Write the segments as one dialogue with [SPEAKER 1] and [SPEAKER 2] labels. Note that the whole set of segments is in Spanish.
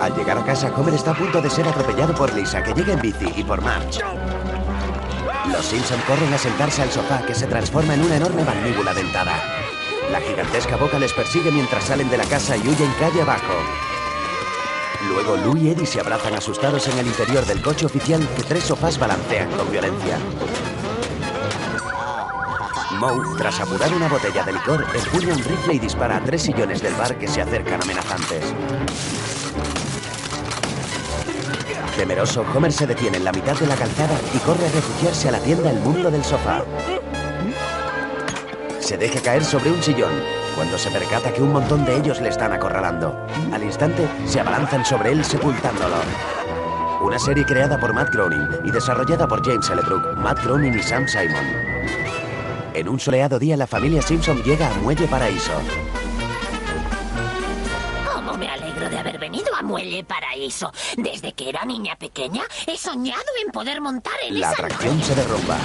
[SPEAKER 1] Al llegar a casa, Homer está a punto de ser atropellado por Lisa, que llega en bici, y por Marge. Los Simpson corren a sentarse al sofá, que se transforma en una enorme mandíbula dentada. La gigantesca boca les persigue mientras salen de la casa y huyen calle abajo. Luego Lou y Eddie se abrazan asustados en el interior del coche oficial que tres sofás balancean con violencia. Moe, tras apurar una botella de licor, empuña un rifle y dispara a tres sillones del bar que se acercan amenazantes. Temeroso, Homer se detiene en la mitad de la calzada y corre a refugiarse a la tienda El Mundo del Sofá. Se deja caer sobre un sillón, cuando se percata que un montón de ellos le están acorralando. Al instante, se abalanzan sobre él sepultándolo. Una serie creada por Matt Groening y desarrollada por James Ellebrook, Matt Groening y Sam Simon. En un soleado día, la familia Simpson llega a Muelle Paraíso.
[SPEAKER 2] ¿Cómo me alegro de haber venido a Muelle Paraíso? Desde que era niña pequeña he soñado en poder montar en
[SPEAKER 1] La
[SPEAKER 2] esa
[SPEAKER 1] atracción se derrumba.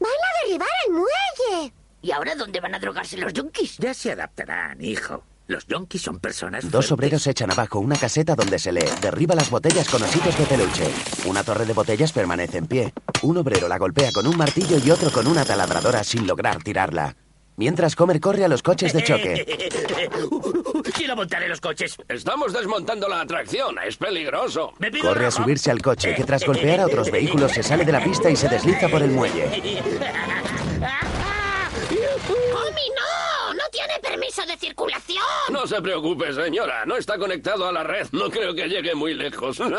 [SPEAKER 3] ¡Van a derribar el muelle!
[SPEAKER 2] ¿Y ahora dónde van a drogarse los junkies?
[SPEAKER 4] Ya se adaptarán, hijo. Los yonkis son personas.
[SPEAKER 1] Dos
[SPEAKER 4] fuertes.
[SPEAKER 1] obreros echan abajo una caseta donde se lee derriba las botellas con ositos de peluche. Una torre de botellas permanece en pie. Un obrero la golpea con un martillo y otro con una taladradora sin lograr tirarla. Mientras Comer corre a los coches de choque.
[SPEAKER 4] Quiero montar en los coches.
[SPEAKER 5] Estamos desmontando la atracción, es peligroso.
[SPEAKER 4] Me pido
[SPEAKER 1] Corre a
[SPEAKER 4] rojo.
[SPEAKER 1] subirse al coche que tras golpear a otros vehículos se sale de la pista y se desliza por el muelle.
[SPEAKER 2] ¡Homie, no! ¡No tiene permiso de circulación!
[SPEAKER 5] No se preocupe, señora. No está conectado a la red. No creo que llegue muy lejos.
[SPEAKER 1] Comer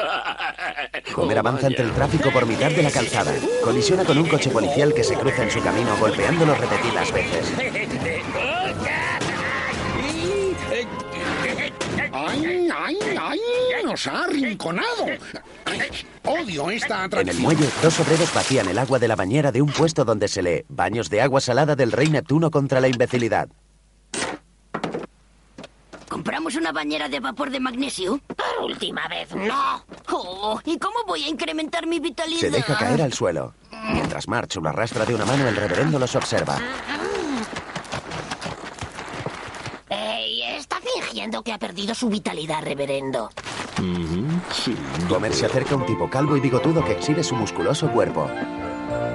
[SPEAKER 5] Comer
[SPEAKER 1] avanza entre el tráfico por mitad de la calzada. Colisiona con un coche policial que se cruza en su camino golpeándolo repetidas veces.
[SPEAKER 6] ¡Ay, ay, ay! ¡Nos ha arrinconado! Ay, ¡Odio esta
[SPEAKER 1] En el
[SPEAKER 6] atracción!
[SPEAKER 1] muelle, dos obreros vacían el agua de la bañera de un puesto donde se lee Baños de agua salada del rey Neptuno contra la imbecilidad.
[SPEAKER 2] ¿Compramos una bañera de vapor de magnesio? Por última vez, no. Oh, ¿y cómo voy a incrementar mi vitalidad?
[SPEAKER 1] Se deja caer al suelo. Mientras March lo arrastra de una mano, el reverendo los observa.
[SPEAKER 2] Ey, está fingiendo que ha perdido su vitalidad, reverendo.
[SPEAKER 1] Comer se acerca a un tipo calvo y bigotudo que exhibe su musculoso cuerpo.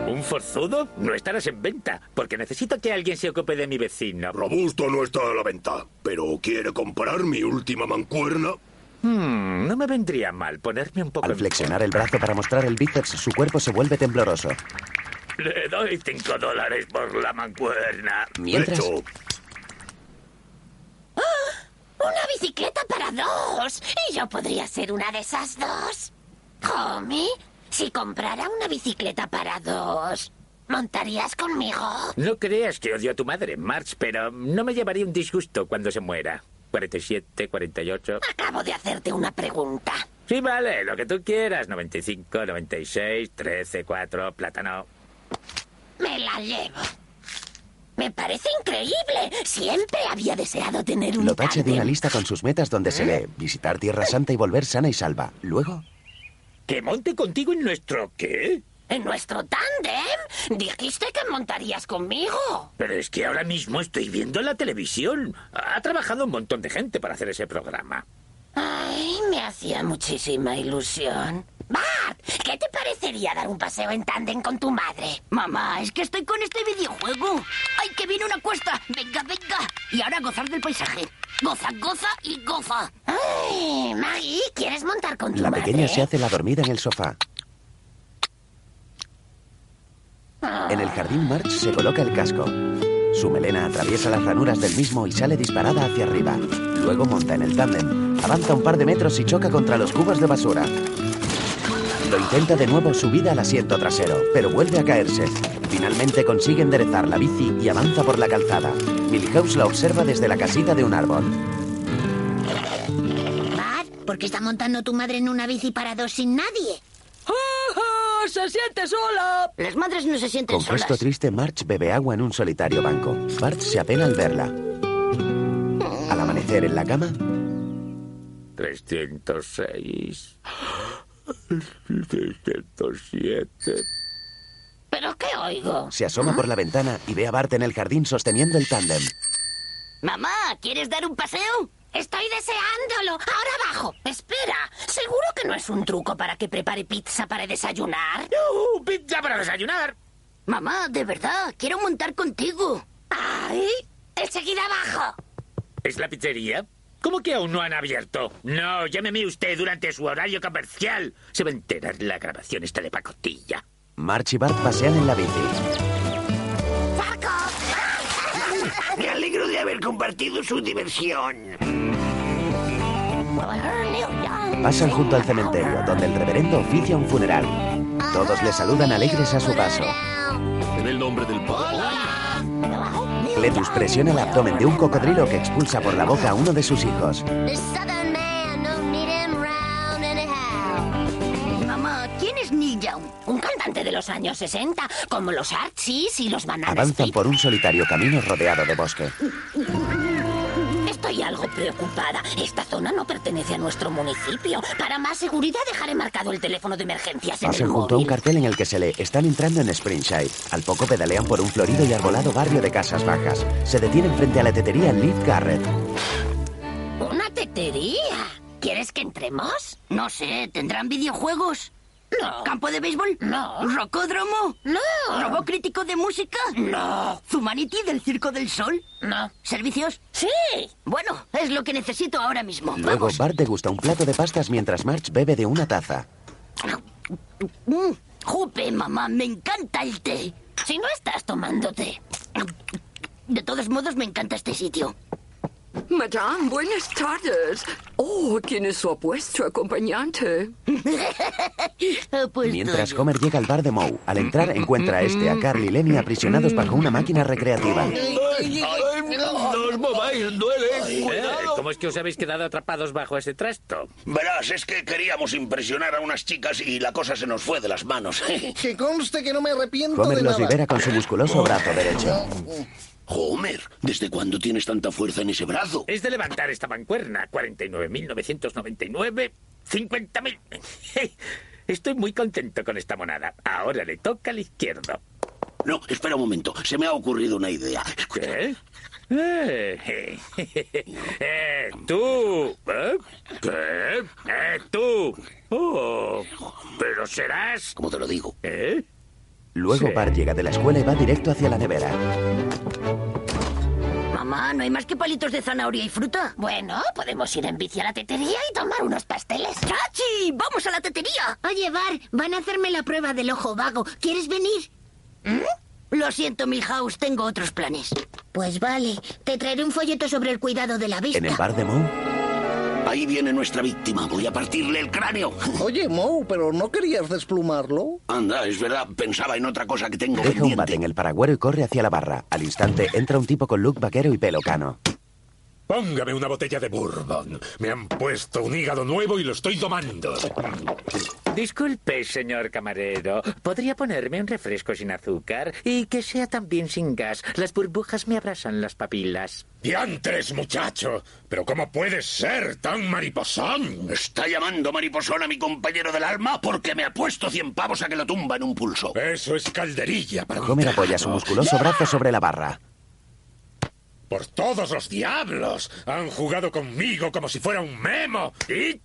[SPEAKER 4] ¿Un forzudo? No estarás en venta, porque necesito que alguien se ocupe de mi vecino.
[SPEAKER 5] Robusto no está a la venta, pero quiere comprar mi última mancuerna.
[SPEAKER 4] Hmm, no me vendría mal ponerme un poco
[SPEAKER 1] Al
[SPEAKER 4] en-
[SPEAKER 1] flexionar el brazo para mostrar el bíceps, su cuerpo se vuelve tembloroso.
[SPEAKER 4] Le doy cinco dólares por la mancuerna.
[SPEAKER 1] Mientras,
[SPEAKER 2] Una bicicleta para dos. Y yo podría ser una de esas dos. Homie, si comprara una bicicleta para dos, ¿montarías conmigo?
[SPEAKER 4] No creas que odio a tu madre, March, pero no me llevaría un disgusto cuando se muera. 47, 48.
[SPEAKER 2] Acabo de hacerte una pregunta.
[SPEAKER 4] Sí, vale, lo que tú quieras. 95, 96, 13, 4, plátano.
[SPEAKER 2] Me la llevo. Me parece increíble. Siempre había deseado tener un
[SPEAKER 1] lo tacha de una
[SPEAKER 2] tándem.
[SPEAKER 1] lista con sus metas donde se lee visitar Tierra Santa y volver sana y salva. Luego,
[SPEAKER 4] ¿Que monte contigo en nuestro qué?
[SPEAKER 2] En nuestro tándem dijiste que montarías conmigo.
[SPEAKER 4] Pero es que ahora mismo estoy viendo la televisión. Ha trabajado un montón de gente para hacer ese programa.
[SPEAKER 2] Ay, me hacía muchísima ilusión. Bart, ¿qué te parecería dar un paseo en tándem con tu madre?
[SPEAKER 7] Mamá, es que estoy con este videojuego. ¡Ay, que viene una cuesta! ¡Venga, venga! Y ahora a gozar del paisaje. Goza, goza y goza.
[SPEAKER 2] Ay, Maggie, ¿quieres montar con tu
[SPEAKER 1] la
[SPEAKER 2] madre? ¿eh?
[SPEAKER 1] pequeña se hace la dormida en el sofá. En el jardín, March se coloca el casco. Su melena atraviesa las ranuras del mismo y sale disparada hacia arriba. Luego monta en el tándem, avanza un par de metros y choca contra los cubos de basura. Lo intenta de nuevo subida al asiento trasero, pero vuelve a caerse. Finalmente consigue enderezar la bici y avanza por la calzada. Milhouse la observa desde la casita de un árbol.
[SPEAKER 3] Bart, ¿por qué está montando tu madre en una bici para dos sin nadie?
[SPEAKER 7] ¡Se siente sola! Las madres no se sienten
[SPEAKER 1] Con gesto
[SPEAKER 7] solas.
[SPEAKER 1] triste, March bebe agua en un solitario banco. Bart se apena al verla. Al amanecer en la cama,
[SPEAKER 4] 306. 307.
[SPEAKER 2] ¿Pero qué oigo?
[SPEAKER 1] se asoma por la ventana y ve a Bart en el jardín sosteniendo el tándem.
[SPEAKER 7] Mamá, ¿quieres dar un paseo?
[SPEAKER 2] Estoy deseándolo. Ahora abajo. Espera. ¿Seguro que no es un truco para que prepare pizza para desayunar?
[SPEAKER 4] ¡Uh! ¡Pizza para desayunar!
[SPEAKER 7] Mamá, de verdad, quiero montar contigo.
[SPEAKER 2] ¡Ay! Enseguida abajo.
[SPEAKER 4] ¿Es la pizzería? ¿Cómo que aún no han abierto? No, llámeme usted durante su horario comercial. Se va a enterar la grabación esta de pacotilla.
[SPEAKER 1] March y Bart pasean en la bici.
[SPEAKER 8] Me alegro de haber compartido su diversión.
[SPEAKER 1] Pasan junto al cementerio, donde el reverendo oficia un funeral. Todos le saludan alegres a su paso.
[SPEAKER 9] En el nombre del Padre.
[SPEAKER 1] Cletus presiona el abdomen de un cocodrilo que expulsa por la boca a uno de sus hijos.
[SPEAKER 7] Mamá, ¿quién es Neil Young?
[SPEAKER 2] Un cantante de los años 60, como los Archies y los Bananas.
[SPEAKER 1] Avanzan por un solitario camino rodeado de bosque.
[SPEAKER 2] Estoy algo preocupada. Esta zona no pertenece a nuestro municipio. Para más seguridad dejaré marcado el teléfono de emergencias en el
[SPEAKER 1] Pasan junto a un
[SPEAKER 2] móvil.
[SPEAKER 1] cartel en el que se lee Están entrando en Springshire. Al poco pedalean por un florido y arbolado barrio de casas bajas. Se detienen frente a la tetería Liv Garrett.
[SPEAKER 2] Una tetería. ¿Quieres que entremos?
[SPEAKER 7] No sé, ¿tendrán videojuegos?
[SPEAKER 2] No.
[SPEAKER 7] ¿Campo de béisbol?
[SPEAKER 2] No.
[SPEAKER 7] ¿Rocódromo?
[SPEAKER 2] No.
[SPEAKER 7] ¿Robot crítico de música?
[SPEAKER 2] No.
[SPEAKER 7] ¿Zumanity del Circo del Sol?
[SPEAKER 2] No.
[SPEAKER 7] ¿Servicios?
[SPEAKER 2] Sí.
[SPEAKER 7] Bueno, es lo que necesito ahora mismo.
[SPEAKER 1] Luego Bart degusta un plato de pastas mientras March bebe de una taza.
[SPEAKER 7] Mm, Jupe, mamá, me encanta el té.
[SPEAKER 2] Si no estás tomándote.
[SPEAKER 7] De todos modos, me encanta este sitio.
[SPEAKER 10] Madame, buenas tardes. Oh, ¿quién es su apuesto acompañante?
[SPEAKER 7] Eh, pues
[SPEAKER 1] Mientras Homer llega al bar de Moe, al entrar encuentra a este, a Carl y Lenny aprisionados bajo una máquina recreativa.
[SPEAKER 9] ¡Los mováis! ¡Duele!
[SPEAKER 4] Eh, ¿Cómo es que os habéis quedado atrapados bajo ese trasto?
[SPEAKER 8] Verás, es que queríamos impresionar a unas chicas y la cosa se nos fue de las manos.
[SPEAKER 11] Que conste que no me arrepiento
[SPEAKER 1] Homer
[SPEAKER 11] de
[SPEAKER 1] los
[SPEAKER 11] nada.
[SPEAKER 1] libera con su musculoso brazo derecho.
[SPEAKER 8] Homer, ¿desde cuándo tienes tanta fuerza en ese brazo?
[SPEAKER 4] Es de levantar esta mancuerna. 49.999, 50.000. Estoy muy contento con esta monada. Ahora le toca al izquierdo.
[SPEAKER 8] No, espera un momento. Se me ha ocurrido una idea. Escucha.
[SPEAKER 4] ¿Eh? Eh, eh, tú. ¿Eh? ¿Qué? Eh, tú. Oh, pero serás.
[SPEAKER 8] ¿Cómo te lo digo?
[SPEAKER 4] ¿Eh?
[SPEAKER 1] Luego Bart llega de la escuela y va directo hacia la nevera.
[SPEAKER 7] Mamá, ¿no hay más que palitos de zanahoria y fruta?
[SPEAKER 2] Bueno, podemos ir en bici a la tetería y tomar unos pasteles.
[SPEAKER 7] ¡Chachi! ¡Vamos a la tetería!
[SPEAKER 3] Oye, Bart, van a hacerme la prueba del ojo vago. ¿Quieres venir?
[SPEAKER 7] ¿Eh? Lo siento, Milhouse, tengo otros planes.
[SPEAKER 3] Pues vale, te traeré un folleto sobre el cuidado de la vista.
[SPEAKER 1] En el bar de Moe,
[SPEAKER 8] Ahí viene nuestra víctima. Voy a partirle el cráneo.
[SPEAKER 11] Oye, Moe, pero ¿no querías desplumarlo?
[SPEAKER 8] Anda, es verdad. Pensaba en otra cosa que tengo
[SPEAKER 1] deja un
[SPEAKER 8] pendiente.
[SPEAKER 1] bate en el paragüero y corre hacia la barra. Al instante entra un tipo con look vaquero y pelo cano.
[SPEAKER 9] Póngame una botella de bourbon. Me han puesto un hígado nuevo y lo estoy tomando.
[SPEAKER 4] Disculpe, señor camarero. ¿Podría ponerme un refresco sin azúcar y que sea también sin gas? Las burbujas me abrasan las papilas.
[SPEAKER 9] ¡Diantres, muchacho! ¿Pero cómo puedes ser tan mariposón?
[SPEAKER 8] Está llamando mariposón a mi compañero del alma porque me ha puesto 100 pavos a que lo tumba en un pulso.
[SPEAKER 9] Eso es calderilla para un
[SPEAKER 1] Homer apoya su
[SPEAKER 9] trago.
[SPEAKER 1] musculoso brazo sobre la barra.
[SPEAKER 9] ¡Por todos los diablos! Han jugado conmigo como si fuera un memo. Y...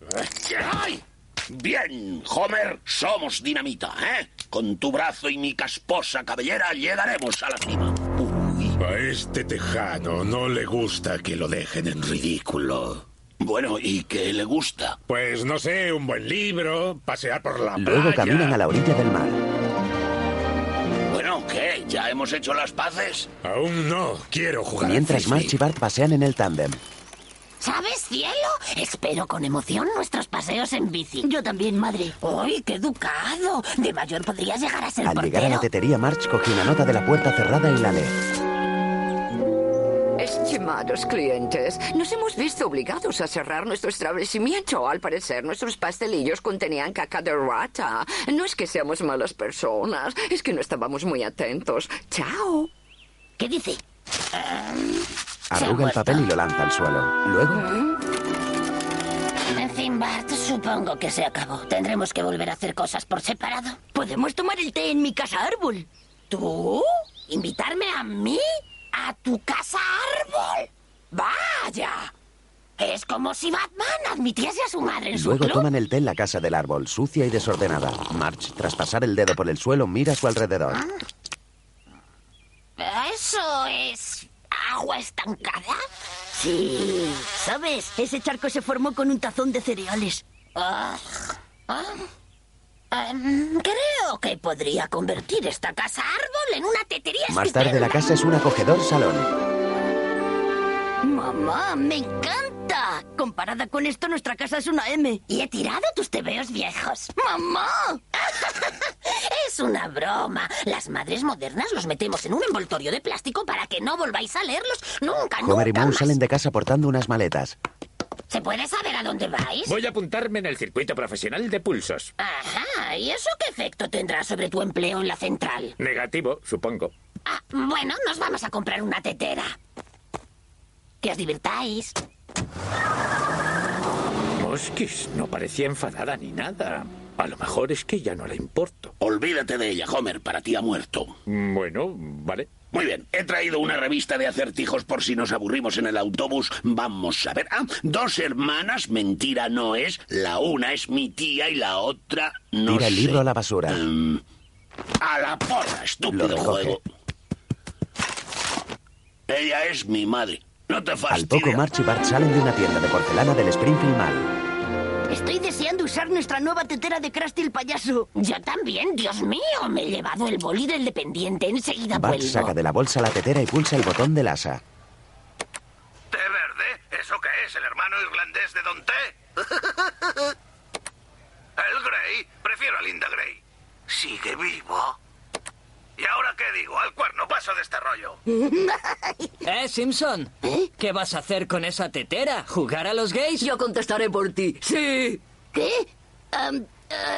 [SPEAKER 8] ¡Ay! Bien, Homer, somos dinamita, ¿eh? Con tu brazo y mi casposa cabellera llegaremos a la cima.
[SPEAKER 9] A este tejano no le gusta que lo dejen en ridículo.
[SPEAKER 8] Bueno, ¿y qué le gusta?
[SPEAKER 9] Pues no sé, un buen libro, pasear por la
[SPEAKER 1] Luego
[SPEAKER 9] playa.
[SPEAKER 1] caminan a la orilla del mar.
[SPEAKER 8] Bueno, ¿qué? ¿Ya hemos hecho las paces?
[SPEAKER 9] Aún no, quiero jugar. al
[SPEAKER 1] Mientras
[SPEAKER 9] frisbee.
[SPEAKER 1] March y Bart pasean en el tándem.
[SPEAKER 2] ¿Sabes, cielo? Espero con emoción nuestros paseos en bici.
[SPEAKER 7] Yo también, madre.
[SPEAKER 2] ¡Ay, qué educado! De mayor podrías llegar a ser
[SPEAKER 1] Al llegar a la
[SPEAKER 2] portero.
[SPEAKER 1] tetería, March coge una nota de la puerta cerrada y la lee.
[SPEAKER 10] Estimados clientes, nos hemos visto obligados a cerrar nuestro establecimiento. Al parecer, nuestros pastelillos contenían caca de rata. No es que seamos malas personas, es que no estábamos muy atentos. Chao.
[SPEAKER 7] ¿Qué dice?
[SPEAKER 1] Arruga el papel y lo lanza al suelo. Luego,
[SPEAKER 2] En fin, Bart, supongo que se acabó. Tendremos que volver a hacer cosas por separado.
[SPEAKER 7] Podemos tomar el té en mi casa árbol.
[SPEAKER 2] ¿Tú? ¿Invitarme a mí? ¿A tu casa árbol? ¡Vaya! Es como si Batman admitiese a su madre en su
[SPEAKER 1] luego
[SPEAKER 2] club.
[SPEAKER 1] toman el té en la casa del árbol, sucia y desordenada. March, tras pasar el dedo por el suelo, mira a su alrededor.
[SPEAKER 8] Ah,
[SPEAKER 2] ¿Eso es agua estancada?
[SPEAKER 7] Sí. ¿Sabes? Ese charco se formó con un tazón de cereales.
[SPEAKER 2] Ah, ah, em, creo que podría convertir esta casa árbol en una tetería
[SPEAKER 1] Más tarde, la casa es un acogedor salón.
[SPEAKER 7] Mamá, me encanta. Comparada con esto, nuestra casa es una M.
[SPEAKER 2] Y he tirado tus tebeos viejos.
[SPEAKER 7] Mamá.
[SPEAKER 2] Es una broma. Las madres modernas los metemos en un envoltorio de plástico para que no volváis a leerlos nunca,
[SPEAKER 1] Homer y
[SPEAKER 2] nunca.
[SPEAKER 1] Moe salen de casa portando unas maletas.
[SPEAKER 2] ¿Se puede saber a dónde vais?
[SPEAKER 4] Voy a apuntarme en el circuito profesional de pulsos.
[SPEAKER 2] Ajá, ¿y eso qué efecto tendrá sobre tu empleo en la central?
[SPEAKER 4] Negativo, supongo.
[SPEAKER 2] Ah, bueno, nos vamos a comprar una tetera. Que os divirtáis.
[SPEAKER 4] Mosquis, no parecía enfadada ni nada. A lo mejor es que ya no le importo.
[SPEAKER 8] Olvídate de ella, Homer, para ti ha muerto.
[SPEAKER 4] Bueno, vale.
[SPEAKER 8] Muy bien, he traído una revista de acertijos por si nos aburrimos en el autobús. Vamos a ver. Ah, dos hermanas, mentira no es. La una es mi tía y la otra no
[SPEAKER 1] Tira el
[SPEAKER 8] sé.
[SPEAKER 1] libro a la basura.
[SPEAKER 8] A la porra,
[SPEAKER 1] Lo
[SPEAKER 8] estúpido
[SPEAKER 1] recoge.
[SPEAKER 8] juego. Ella es mi madre. No te
[SPEAKER 1] Al
[SPEAKER 8] fastidies.
[SPEAKER 1] poco, March y Bart salen de una tienda de porcelana del Springfield Mall.
[SPEAKER 7] Estoy deseando usar nuestra nueva tetera de Krusty el payaso.
[SPEAKER 2] Yo también, Dios mío, me he llevado el boli del dependiente. Enseguida
[SPEAKER 1] Bart
[SPEAKER 2] vuelvo.
[SPEAKER 1] saca de la bolsa la tetera y pulsa el botón del asa.
[SPEAKER 5] ¿Té verde? ¿Eso qué es? ¿El hermano irlandés de Don Té? ¿El Grey? Prefiero a Linda Grey. Sigue vivo. ¿Y ahora qué digo? Al cuerno paso de este rollo.
[SPEAKER 12] ¿Eh, Simpson? ¿Qué vas a hacer con esa tetera? ¿Jugar a los gays?
[SPEAKER 10] Yo contestaré por ti. Sí.
[SPEAKER 7] ¿Qué? Am,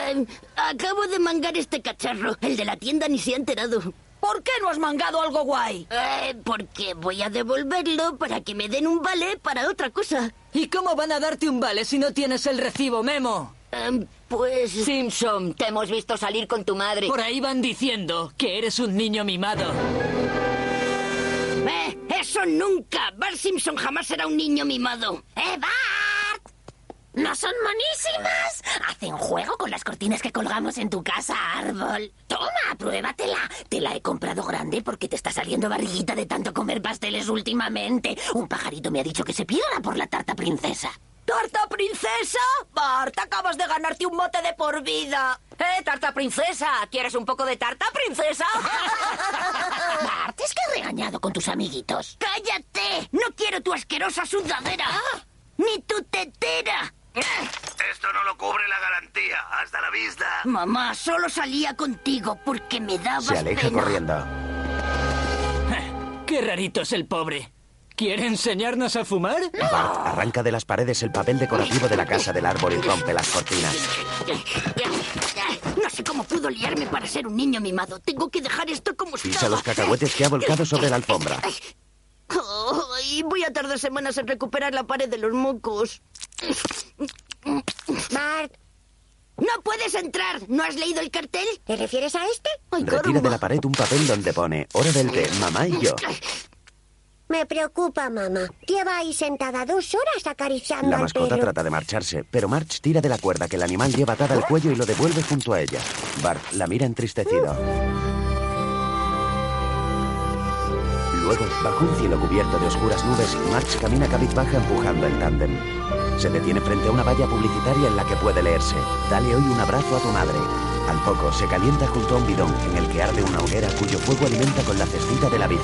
[SPEAKER 7] am, acabo de mangar este cacharro. El de la tienda ni se ha enterado. ¿Por qué no has mangado algo guay? Eh, porque voy a devolverlo para que me den un vale para otra cosa.
[SPEAKER 12] ¿Y cómo van a darte un vale si no tienes el recibo, Memo?
[SPEAKER 7] Am, pues...
[SPEAKER 12] Simpson, te hemos visto salir con tu madre. Por ahí van diciendo que eres un niño mimado.
[SPEAKER 7] Eh, ¡Eso nunca! Bart Simpson jamás será un niño mimado.
[SPEAKER 2] ¡Eh, Bart! ¿No son monísimas? Hacen juego con las cortinas que colgamos en tu casa, árbol. Toma, pruébatela. Te la he comprado grande porque te está saliendo barriguita de tanto comer pasteles últimamente. Un pajarito me ha dicho que se pierda por la tarta princesa.
[SPEAKER 3] ¿Tarta princesa? Bart, acabas de ganarte un mote de por vida. ¿Eh, tarta princesa? ¿Quieres un poco de tarta princesa?
[SPEAKER 2] Bart, es que he regañado con tus amiguitos.
[SPEAKER 7] ¡Cállate! ¡No quiero tu asquerosa sudadera!
[SPEAKER 2] Ah.
[SPEAKER 7] ¡Ni tu tetera!
[SPEAKER 5] Esto no lo cubre la garantía. ¡Hasta la vista!
[SPEAKER 7] Mamá, solo salía contigo porque me dabas
[SPEAKER 1] Se aleja
[SPEAKER 7] pena.
[SPEAKER 1] corriendo.
[SPEAKER 12] Qué rarito es el pobre. ¿Quiere enseñarnos a fumar?
[SPEAKER 1] Bart arranca de las paredes el papel decorativo de la casa del árbol y rompe las cortinas.
[SPEAKER 7] No sé cómo pudo liarme para ser un niño mimado. Tengo que dejar esto como
[SPEAKER 1] Pisa
[SPEAKER 7] estaba.
[SPEAKER 1] los cacahuetes que ha volcado sobre la alfombra.
[SPEAKER 7] Ay, voy a tardar semanas en recuperar la pared de los mocos. Bart. No puedes entrar. ¿No has leído el cartel? ¿Te refieres a este? Ay,
[SPEAKER 1] Retira de la pared un papel donde pone hora del té, mamá y yo.
[SPEAKER 13] Me preocupa, mamá. Lleva ahí sentada dos horas acariciando
[SPEAKER 1] La
[SPEAKER 13] al
[SPEAKER 1] mascota
[SPEAKER 13] perro.
[SPEAKER 1] trata de marcharse, pero March tira de la cuerda que el animal lleva atada al cuello y lo devuelve junto a ella. Bart la mira entristecido. Luego, bajo un cielo cubierto de oscuras nubes, March camina cabizbaja empujando el tándem. Se detiene frente a una valla publicitaria en la que puede leerse: Dale hoy un abrazo a tu madre. Al poco, se calienta junto a un bidón en el que arde una hoguera cuyo fuego alimenta con la cestita de la bici.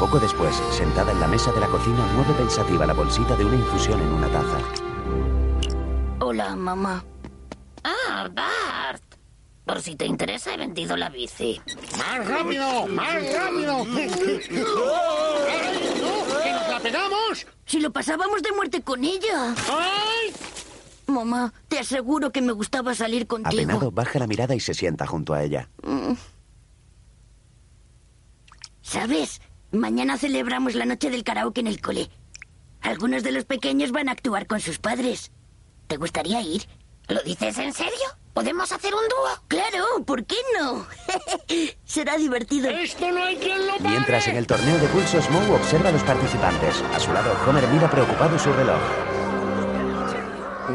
[SPEAKER 1] Poco después, sentada en la mesa de la cocina, mueve pensativa la bolsita de una infusión en una taza.
[SPEAKER 7] Hola, mamá.
[SPEAKER 2] Ah, Bart. Por si te interesa, he vendido la bici.
[SPEAKER 6] ¡Más rápido! ¡Más rápido! ¡Ay, no! ¡Que nos la pegamos!
[SPEAKER 7] Si lo pasábamos de muerte con ella. Mamá, te aseguro que me gustaba salir contigo.
[SPEAKER 1] Apenado baja la mirada y se sienta junto a ella.
[SPEAKER 7] Mm. ¿Sabes? Mañana celebramos la noche del karaoke en el cole. Algunos de los pequeños van a actuar con sus padres. ¿Te gustaría ir?
[SPEAKER 2] ¿Lo dices en serio? ¿Podemos hacer un dúo?
[SPEAKER 7] Claro, ¿por qué no? Será divertido.
[SPEAKER 6] ¡Esto no hay quien lo
[SPEAKER 1] Mientras en el torneo de pulsos, Moe observa a los participantes. A su lado, Homer mira preocupado su reloj.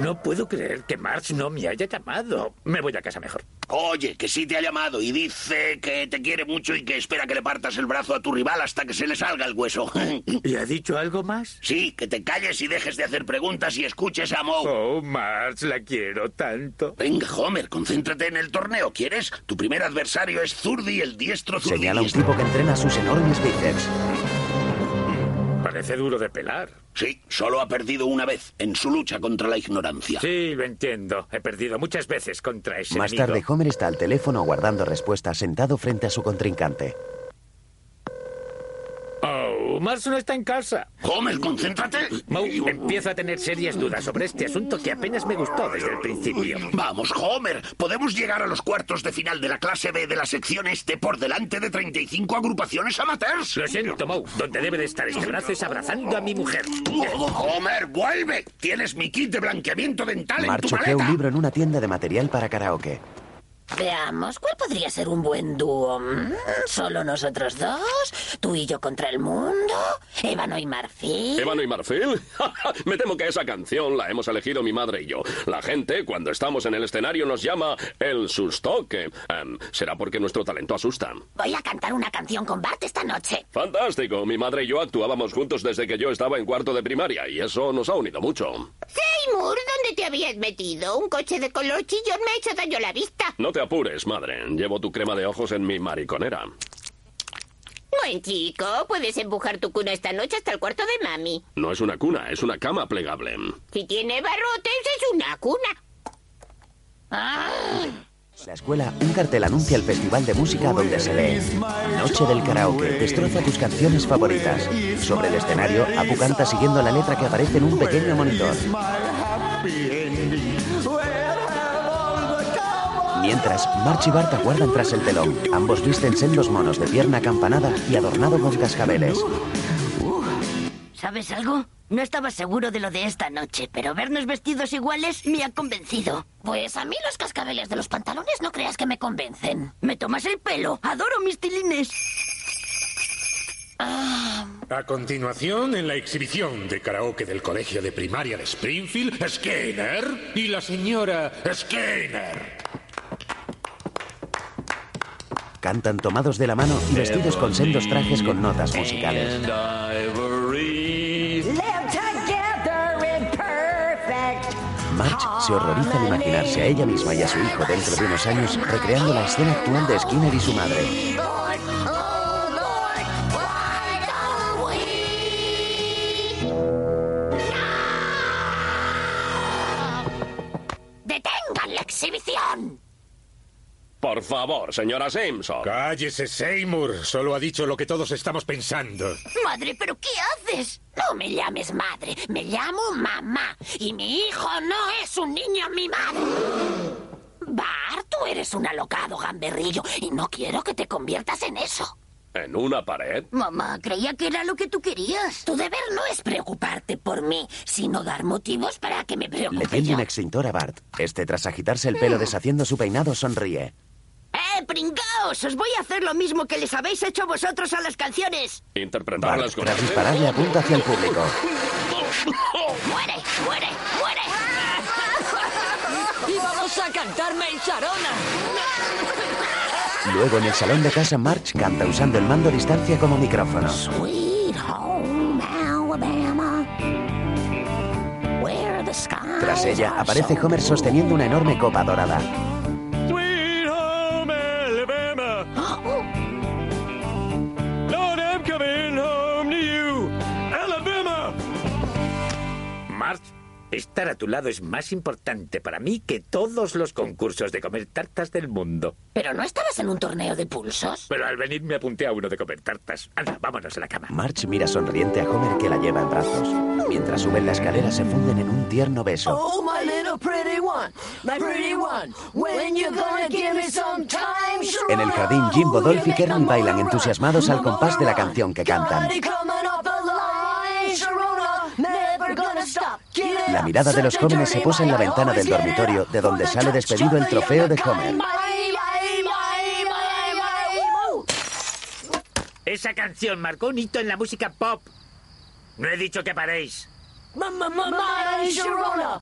[SPEAKER 4] No puedo creer que Marge no me haya llamado. Me voy a casa mejor.
[SPEAKER 8] Oye, que sí te ha llamado y dice que te quiere mucho y que espera que le partas el brazo a tu rival hasta que se le salga el hueso.
[SPEAKER 4] ¿Y ha dicho algo más?
[SPEAKER 8] Sí, que te calles y dejes de hacer preguntas y escuches a Moe.
[SPEAKER 4] Oh, Marge, la quiero tanto.
[SPEAKER 8] Venga, Homer, concéntrate en el torneo, ¿quieres? Tu primer adversario es Zurdi, el diestro Zurdi.
[SPEAKER 1] Señala un tipo que entrena sus enormes bíceps.
[SPEAKER 4] Parece duro de pelar.
[SPEAKER 8] Sí, solo ha perdido una vez en su lucha contra la ignorancia.
[SPEAKER 4] Sí, lo entiendo. He perdido muchas veces contra ese
[SPEAKER 1] Más
[SPEAKER 4] enemigo.
[SPEAKER 1] tarde, Homer está al teléfono guardando respuestas sentado frente a su contrincante.
[SPEAKER 4] Oh, Marge no está en casa.
[SPEAKER 8] Homer, concéntrate.
[SPEAKER 4] Moe, empiezo a tener serias dudas sobre este asunto que apenas me gustó desde el principio.
[SPEAKER 8] Vamos, Homer, podemos llegar a los cuartos de final de la clase B de la sección este por delante de 35 agrupaciones amateurs.
[SPEAKER 4] Lo siento, Moe. Donde debe de estar este brazo es abrazando a mi mujer.
[SPEAKER 8] Homer, vuelve. Tienes mi kit de blanqueamiento dental en tu
[SPEAKER 1] March
[SPEAKER 8] maleta.
[SPEAKER 1] hoquea un libro en una tienda de material para karaoke.
[SPEAKER 2] Veamos, ¿cuál podría ser un buen dúo? ¿Mm? ¿Solo nosotros dos? ¿Tú y yo contra el mundo? ¿Ébano y Marfil?
[SPEAKER 14] Ébano y Marfil. Me temo que esa canción la hemos elegido mi madre y yo. La gente, cuando estamos en el escenario, nos llama el sustoque. Em, será porque nuestro talento asusta.
[SPEAKER 2] Voy a cantar una canción con Bart esta noche.
[SPEAKER 14] Fantástico. Mi madre y yo actuábamos juntos desde que yo estaba en cuarto de primaria y eso nos ha unido mucho.
[SPEAKER 15] Seymour, ¿dónde te habías metido? Un coche de color chillón me ha hecho daño la vista.
[SPEAKER 14] No te apures, madre. Llevo tu crema de ojos en mi mariconera.
[SPEAKER 15] Buen chico, puedes empujar tu cuna esta noche hasta el cuarto de mami.
[SPEAKER 14] No es una cuna, es una cama plegable.
[SPEAKER 15] Si tiene barrotes, es una cuna. ¡Ah!
[SPEAKER 1] La escuela, un cartel anuncia el festival de música donde se lee Noche del karaoke, destroza tus canciones favoritas. Sobre el escenario, Apu canta siguiendo la letra que aparece en un pequeño monitor. Mientras, March y Bart aguardan tras el telón. Ambos visten sendos monos de pierna acampanada y adornado con cascabeles.
[SPEAKER 7] ¿Sabes algo? No estaba seguro de lo de esta noche, pero vernos vestidos iguales me ha convencido.
[SPEAKER 2] Pues a mí los cascabeles de los pantalones no creas que me convencen.
[SPEAKER 7] Me tomas el pelo. Adoro mis tilines.
[SPEAKER 9] A continuación, en la exhibición de karaoke del colegio de primaria de Springfield, Skinner y la señora Skinner.
[SPEAKER 1] Cantan tomados de la mano y vestidos con sendos trajes con notas musicales.
[SPEAKER 16] Live together in perfect.
[SPEAKER 1] March se horroriza al imaginarse a ella misma y a su hijo dentro de unos años recreando la escena actual de Skinner y su madre.
[SPEAKER 2] ¡Ah, ¡Detengan la exhibición!
[SPEAKER 14] Por favor, señora Simpson.
[SPEAKER 9] Cállese, Seymour. Solo ha dicho lo que todos estamos pensando.
[SPEAKER 2] Madre, ¿pero qué haces? No me llames madre, me llamo mamá. Y mi hijo no es un niño mimado. Bart, tú eres un alocado gamberrillo y no quiero que te conviertas en eso.
[SPEAKER 14] ¿En una pared?
[SPEAKER 7] Mamá, creía que era lo que tú querías.
[SPEAKER 2] Tu deber no es preocuparte por mí, sino dar motivos para que me
[SPEAKER 1] Le
[SPEAKER 2] preocupe
[SPEAKER 1] tiende
[SPEAKER 2] yo.
[SPEAKER 1] un extintor a Bart. Este, tras agitarse el pelo deshaciendo su peinado, sonríe.
[SPEAKER 7] ¡Eh, pringaos! Os voy a hacer lo mismo que les habéis hecho vosotros a las canciones.
[SPEAKER 14] Interpretarlas con
[SPEAKER 1] Tras dispararle apunta hacia el público.
[SPEAKER 7] ¡Muere, muere, muere!
[SPEAKER 12] Y vamos a cantar Sarona.
[SPEAKER 1] Luego, en el salón de casa, March canta usando el mando a distancia como micrófono.
[SPEAKER 2] Sweet home Alabama, where the sky
[SPEAKER 1] Tras ella, aparece Homer sosteniendo una enorme copa dorada.
[SPEAKER 17] Sweet home Alabama. Lord, I'm coming home.
[SPEAKER 4] Estar a tu lado es más importante para mí que todos los concursos de comer tartas del mundo.
[SPEAKER 18] ¿Pero no estabas en un torneo de pulsos?
[SPEAKER 4] Pero al venir me apunté a uno de comer tartas. Anda, vámonos a la cama.
[SPEAKER 1] March mira sonriente a Homer que la lleva en brazos. Mientras suben la escalera se funden en un tierno beso.
[SPEAKER 2] Oh, my little pretty one, my pretty one, when you gonna give me some time,
[SPEAKER 1] En el jardín Jimbo, Dolph y Kermit bailan entusiasmados al compás de la canción que cantan.
[SPEAKER 2] Sharona? Coming up the line, Sharona, never gonna stop. Get it
[SPEAKER 1] La
[SPEAKER 2] up,
[SPEAKER 1] mirada de los
[SPEAKER 2] such a
[SPEAKER 1] jóvenes se
[SPEAKER 2] dirty
[SPEAKER 1] posa en la
[SPEAKER 2] mind,
[SPEAKER 1] ventana
[SPEAKER 2] always
[SPEAKER 1] del
[SPEAKER 2] get it
[SPEAKER 1] dormitorio
[SPEAKER 2] up
[SPEAKER 1] de donde
[SPEAKER 2] for the
[SPEAKER 1] sale
[SPEAKER 2] touch
[SPEAKER 1] despedido el
[SPEAKER 2] of the
[SPEAKER 1] trofeo de
[SPEAKER 2] other
[SPEAKER 1] Homer.
[SPEAKER 2] kind. My, my, my, my, my, woo.
[SPEAKER 4] Esa canción marcó un hito en la música pop. No he dicho que paréis.
[SPEAKER 2] My, my, my, my, Sharona,